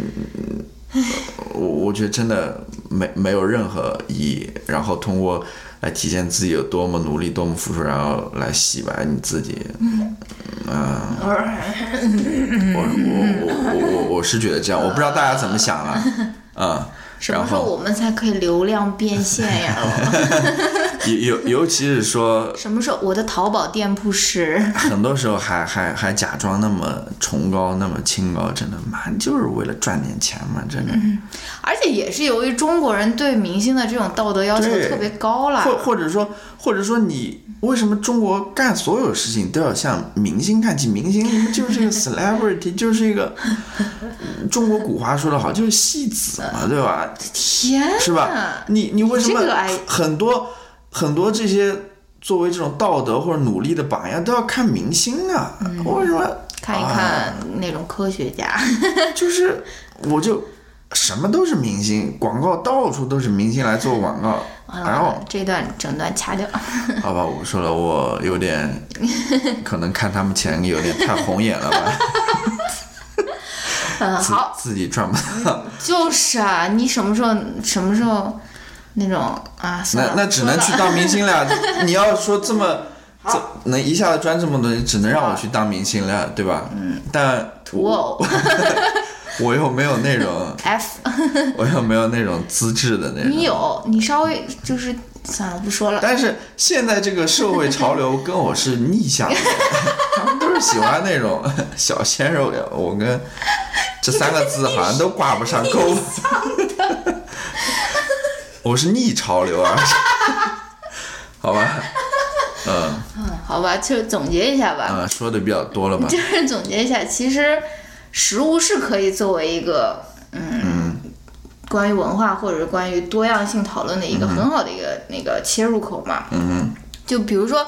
我我觉得真的没没有任何意义。然后通过来体现自己有多么努力、多么付出，然后来洗白你自己。啊我我我我我我是觉得这样，我不知道大家怎么想了。嗯，
什
然
么时候
后
我们才可以流量变现呀？
尤尤尤其是说
什么时候我的淘宝店铺是？
很多时候还 还还假装那么崇高、那么清高，真的妈就是为了赚点钱嘛，真的。
嗯而且也是由于中国人对明星的这种道德要求
对
特别高啦。
或或者说，或者说你为什么中国干所有事情都要向明星看齐？明星你们就是一个 celebrity，就是一 个嗯中国古话说得好，就是戏子嘛，对吧？
天
是吧？你你为什么
这个哎
很多很多这些作为这种道德或者努力的榜样都要看明星啊？
嗯
为什么？
看一
啊
看那种科学家，
就是我就什么都是明星，广告到处都是明星来做广告，
完
然后
了这段整段掐掉。
好吧，我说了，我有点 可能看他们钱有点太红眼 了吧，
嗯，
自
好，
自己赚不 到，
就是啊，你什么时候什么时候那种啊？算
那
了
那只能去
说了
当明星了。啊 你要说这么这能一下子赚这么多，只能让我去当明星了，对吧？嗯，但
土 偶
我又没有那种，
F，
我又没有那种资质的那种。
你有你稍微就是算了不说了。
但是现在这个社会潮流跟我是 逆向的，他们都是喜欢那种小鲜肉呀，我跟这三个字好像都挂不上钩。我是逆潮流啊， 好吧，嗯
好吧，就总结一下吧。
嗯，说的比较多了吧？
就是总结一下，其实食物是可以作为一个嗯关于文化或者是关于多样性讨论的
嗯
一个很好的一个、那个切入口嘛。嗯就比如说，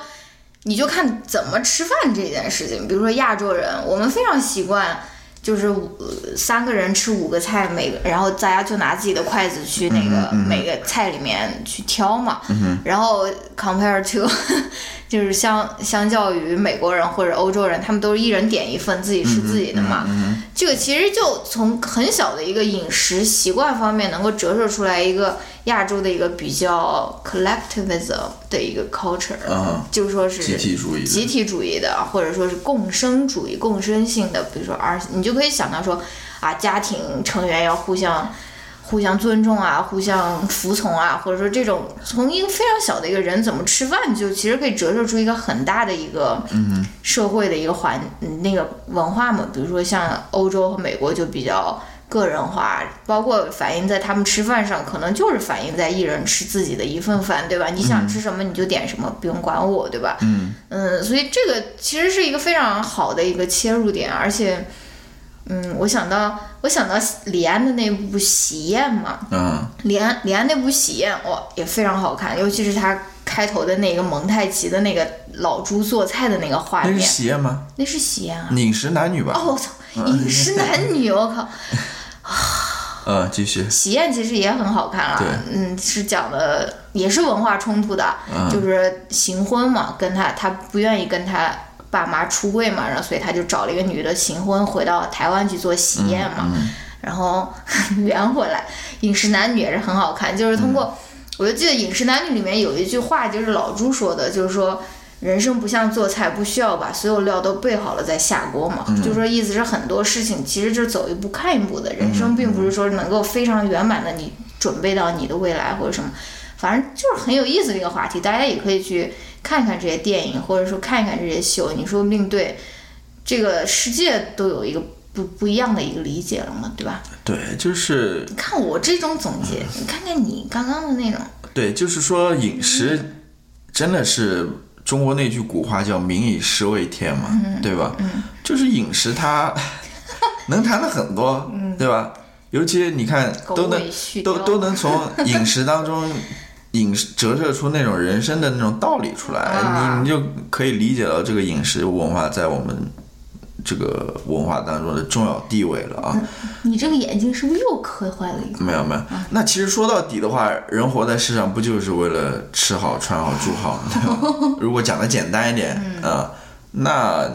你就看怎么吃饭这件事情。比如说亚洲人，我们非常习惯。就是五三个人吃五个菜，每个然后大家就拿自己的筷子去那个每个菜里面去挑嘛。然后 compare to 就是相相较于美国人或者欧洲人，他们都是一人点一份自己吃自己的嘛。这个其实就从很小的一个饮食习惯方面，能够折射出来一个亚洲的一个比较 collectivism 的一个 culture，、
嗯
就说是
集体主义的
集体主义的，或者说是共生主义、共生性的，比如说而你就可以想到说啊，家庭成员要互相。互相尊重啊，互相服从啊，或者说这种从一个非常小的一个人怎么吃饭，就其实可以折射出一个很大的一个社会的一个环嗯那个文化嘛。比如说像欧洲和美国就比较个人化，包括反映在他们吃饭上，可能就是反映在一人吃自己的一份饭，对吧？你想吃什么你就点什么，不用管我，对吧？嗯所以这个其实是一个非常好的一个切入点，而且。嗯，我想到我想到李安的那部《喜宴》嘛，
嗯，
李安李安那部《喜宴》哇也非常好看，尤其是他开头的那个蒙太奇的那个老猪做菜的那个画
那是
面，
喜宴吗？
那是喜宴啊！
饮食男女吧？
哦，我操，饮食男女，我靠！
嗯，继续。
喜宴其实也很好看啦
对，
嗯，是讲的也是文化冲突的，就是行婚嘛，跟他他不愿意跟他爸妈出柜嘛，然后所以他就找了一个女的行婚，回到台湾去做喜宴嘛，然后 圆回来。饮食男女也是很好看，就是通过，我就记得饮食男女里面有一句话就是老朱说的，就是说。人生不像做菜，不需要把所有料都备好了再下锅嘛。就说意思是很多事情其实就是走一步看一步的，人生并不是说能够非常圆满的你准备到你的未来或者什么，反正就是很有意思的一个话题，大家也可以去看看这些电影，或者说看一看这些秀，你说不定对这个世界都有一个不不一样的一个理解了嘛，对吧？
对，就是
你看我这种总结，你看看你刚刚的那种，
对，就是说饮食真的是中国那句古话叫“民以食为天”嘛，
嗯
对吧？就是饮 食它能谈的很多，对吧？尤其你看
嗯狗
都能
尾续
都
貂
都能从饮食当中饮食折射出那种人生的那种道理出来，
啊
你你就可以理解到这个饮食文化在我们这个文化当中的重要地位了
嗯
啊。
你这个眼睛是不是又磕坏了一个？
没有没有，那其实说到底的话，人活在世上不就是为了吃好、穿好、住好吗？对吧如果讲的简单一点，啊、那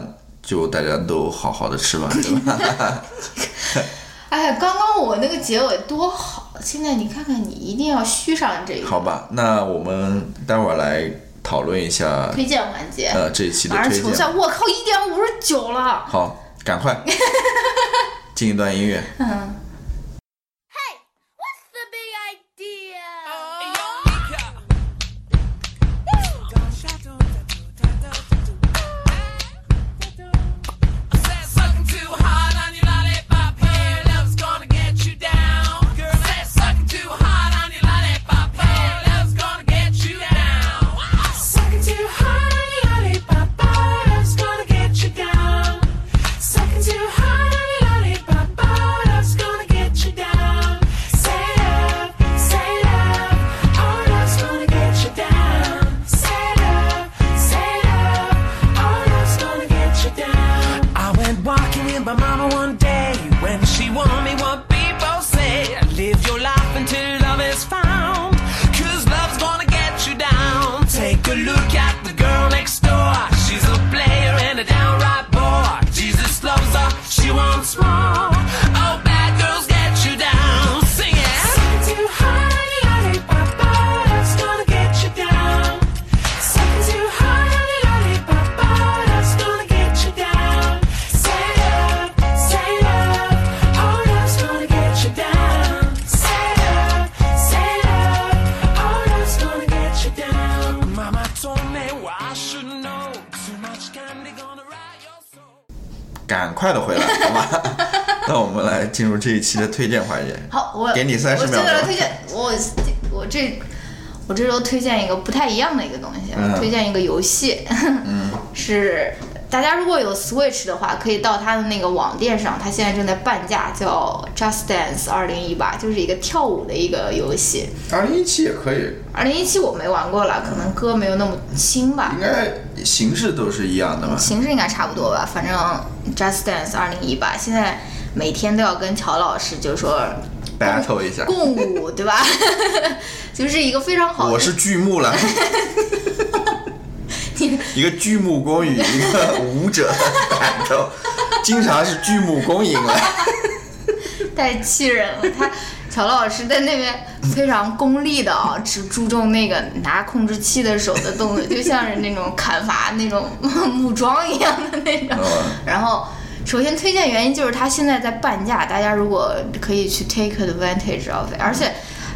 就大家都好好的吃吧，对吧？
哎，刚刚我那个结尾多好，现在你看看，你一定要续上这一
好吧，那我们待会儿来讨论一下，
推荐环节。
呃，这一期的
马上
推
球赛，
荐。
我靠，一点五十九了。
好，赶快进一段音乐。
What's the big idea?
Down. I went walking in my mama one day when she warned me what people say. Live your life until love is found, cause love's gonna get you down. Take a look at the girl next door. She's a player and a downright bore. Jesus loves her, she wants more. Oh, bad girls get you down. Sing it. Too high, that's gonna get you down. Something too high, lollipop, that's gonna get you down. Say love, say love, oh love's gonna get you down. Say love, say love, oh love's gonna get you down. Mama told me what I should know. Too much candy gonna rot your soul.
赶快的回来，好吧？ 那我们来进入这一期的推荐环节。
好，我
给你30
我接
秒
下来
钟
推荐我我这我这周推荐一个不太一样的一个东西，
嗯
推荐一个游戏， 是大家如果有 Switch 的话，可以到它的那个网店上，它现在正在半价，叫 Just Dance 二零一八，就是一个跳舞的一个游戏。
二零一七也可以，
二零一七我没玩过了，可能歌没有那么新吧，
应该形式都是一样的吧？
形式应该差不多吧，反正 Just Dance 二零一八现在每天都要跟乔老师就说
battle 一下。
共舞，对吧？ 就是一个非常好的，
我是剧目 了，一个剧目公与一个舞者的打斗，经常是剧目公赢了。
太气人了。他乔老师在那边非常功利的啊、只注重那个拿控制器的手的动作，就像是那种砍伐那种 木桩一样的那种。然后，首先推荐原因就是它现在在半价，大家如果可以去 take advantage of it，而且。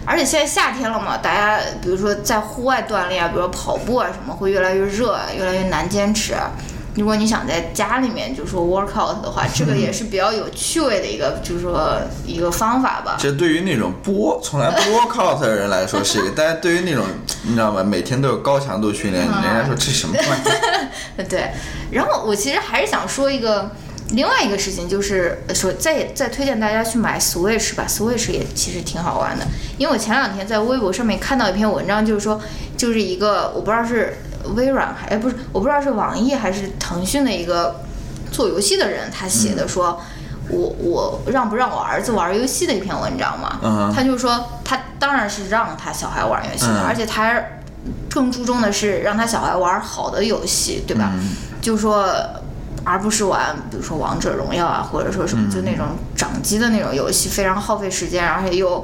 而且现在夏天了嘛，大家比如说在户外锻炼啊，比如说跑步啊什么，会越来越热，啊越来越难坚持。啊如果你想在家里面就说 workout 的话，这个也是比较有趣味的一个，就是说一个方法吧。
这对于那种不 work- 从来不 workout 的人来说是一个，但是对于那种你知道吗，每天都有高强度训练，
嗯
人家说这什么玩意儿？
对，然后我其实还是想说一个另外一个事情，就是呃说再再推荐大家去买 Switch 吧，Switch 也其实挺好玩的。因为我前两天在微博上面看到一篇文章，就是说就是一个我不知道是微软还哎不是我不知道是网易还是腾讯的一个做游戏的人他写
嗯
的说。我我让不让我儿子玩游戏的一篇文章嘛，
嗯哼
他就说他当然是让他小孩玩游戏的，
嗯
而且他更注重的是让他小孩玩好的游戏，对吧？就说而不是玩，比如说王者荣耀啊，或者说什么就那种掌机的那种游戏，非常耗费时间，而且又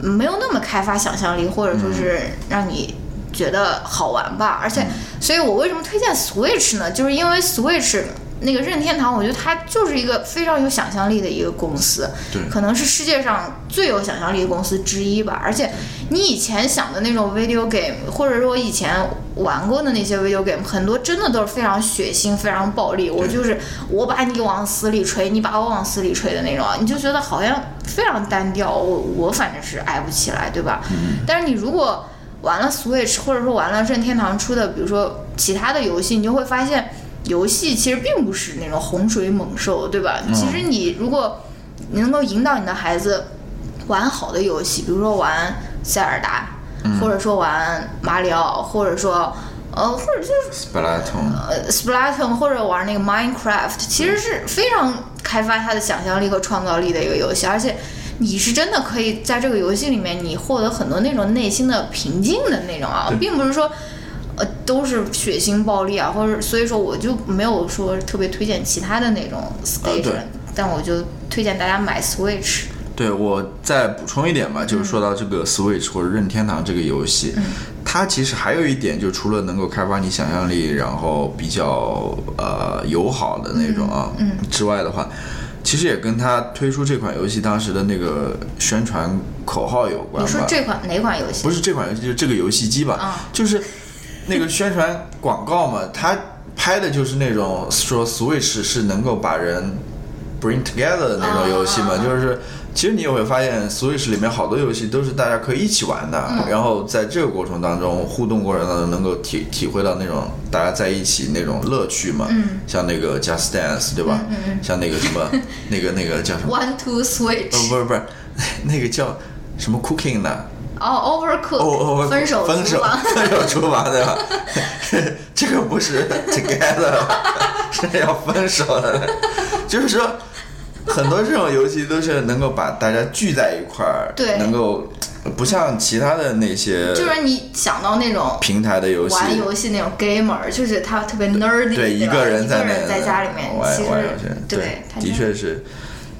没有那么开发想象力，或者说是让你觉得好玩吧。而且，所以我为什么推荐 Switch 呢？就是因为 Switch。那个任天堂，我觉得它就是一个非常有想象力的一个公司，
对
可能是世界上最有想象力的公司之一吧。而且你以前想的那种 video game，或者说以前玩过的那些 video game，很多真的都是非常血腥、非常暴力。我就是我把你往死里锤，你把我往死里锤的那种，啊你就觉得好像非常单调。我我反正是爱不起来，对吧？但是你如果玩了 Switch，或者说玩了任天堂出的，比如说其他的游戏，你就会发现，游戏其实并不是那种洪水猛兽，对吧？其实你如果你能够引导你的孩子玩好的游戏，比如说玩塞尔达，或者说玩马里奥，或者说呃，或者就是
本来从
呃 Splatoon 或者玩那个 Minecraft，其
嗯
实是非常开发他的想象力和创造力的一个游戏，而且你是真的可以在这个游戏里面，你获得很多那种内心的平静的那种啊，并不是说。呃，都是血腥暴力啊，或者所以说我就没有说特别推荐其他的那种 station，、
啊对
但我就推荐大家买 Switch。
对，我再补充一点吧，
嗯
就是说到这个 Switch 或者任天堂这个游戏，它其实还有一点，就除了能够开发你想象力，然后比较呃友好的那种啊、
嗯
之外的话，其实也跟它推出这款游戏当时的那个宣传口号有关
你
吧。
说这款哪款游戏？
不是这款游戏，就是这个游戏机吧，
啊
就是那个宣传广告嘛，它拍的就是那种说 Switch 是能够把人 bring together 的那种游戏嘛，就是其实你也会发现 Switch 里面好多游戏都是大家可以一起玩的，然后在这个过程当中互动过程当中能够体体会到那种大家在一起那种乐趣嘛，像那个 Just Dance 对吧？像那个什么那个那个叫 什么？
One to
呃
Switch
不是不 是，那个叫什么 Cooking 的？
哦，Overcooked，、
哦哦，
分手
分
厨
手
房
分手厨房对吧？ 这个不是 together，是 要分手的。 就是说，很多这种游戏都是能够把大家聚在一块儿，
对
能够不像其他的那些
就是你想到那种
平台的游戏，
玩游戏那种 gamer，就是他特别 nerdy，
对
一
一个人在
在
那
在家里面，
玩
其实
玩游戏，
对，他
的
真
确是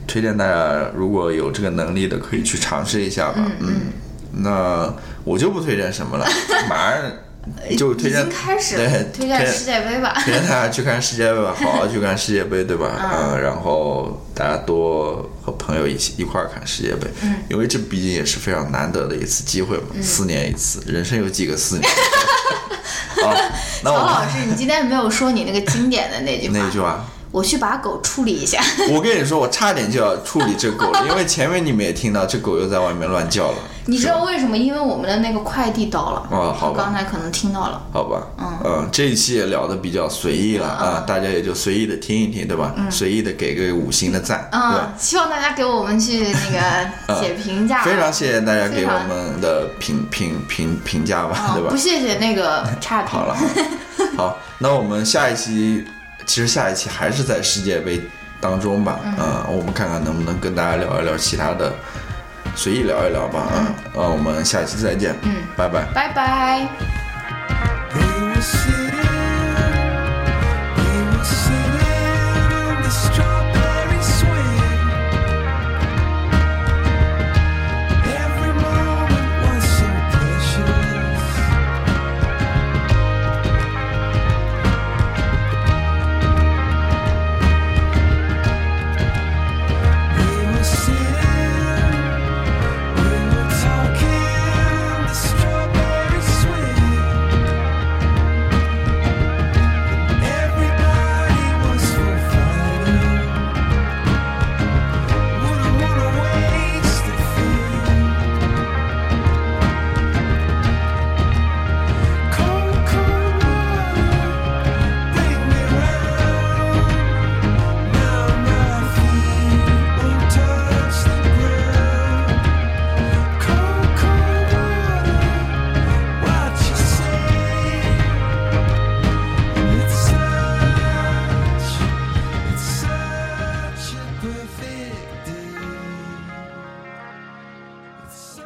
推荐大家，如果有这个能力的，可以去尝试一下吧。嗯，那我就不推荐什么了，马 上就推
已
荐
经开始了
对
推荐世界杯吧。
推荐大家去看世界杯吧，好好去看世界杯，对吧？嗯，然后大家多和朋友一起一块儿看世界杯，
嗯
因为这毕竟也是非常难得的一次机会嘛，四年一次，人生有几个 四年？好， 那
曹
我
老
们
师，你今天没有说你那个经典的那句话，
那一句话。
我去把狗处理一下。
我跟你说，我差点就要处理这狗了，因为前面你们也听到，这狗又在外面乱叫了。
你知
是
道
吧？
为什么？因为我们的那个快递到了，
哦好
他
吧
刚才可能听到了。
好吧，嗯这一期也聊的比较随意了啊，大家也就随意的听一听，对吧？随意的给个五星的赞，对
嗯
吧，？
希望大家给我们去那 个写评价啊，
非常谢谢大家给
非常
我们的评评评评价吧，
啊
对吧？
不谢谢那 个差评。
好了，好了好，那我们下一期，其实下一期还是在世界杯当中吧，嗯、我们看看能不能跟大家聊一聊其他的，随意聊一聊吧，啊、呃，我们下期再见，嗯，拜拜。
拜拜。
Sweet. Everybody was for fighting. Wouldn't wanna waste the feeling. Cold, cold water, bring me round. Now my feet won't touch the ground. Cold, cold water, what you say? It's such, it's such a perfect day. It's such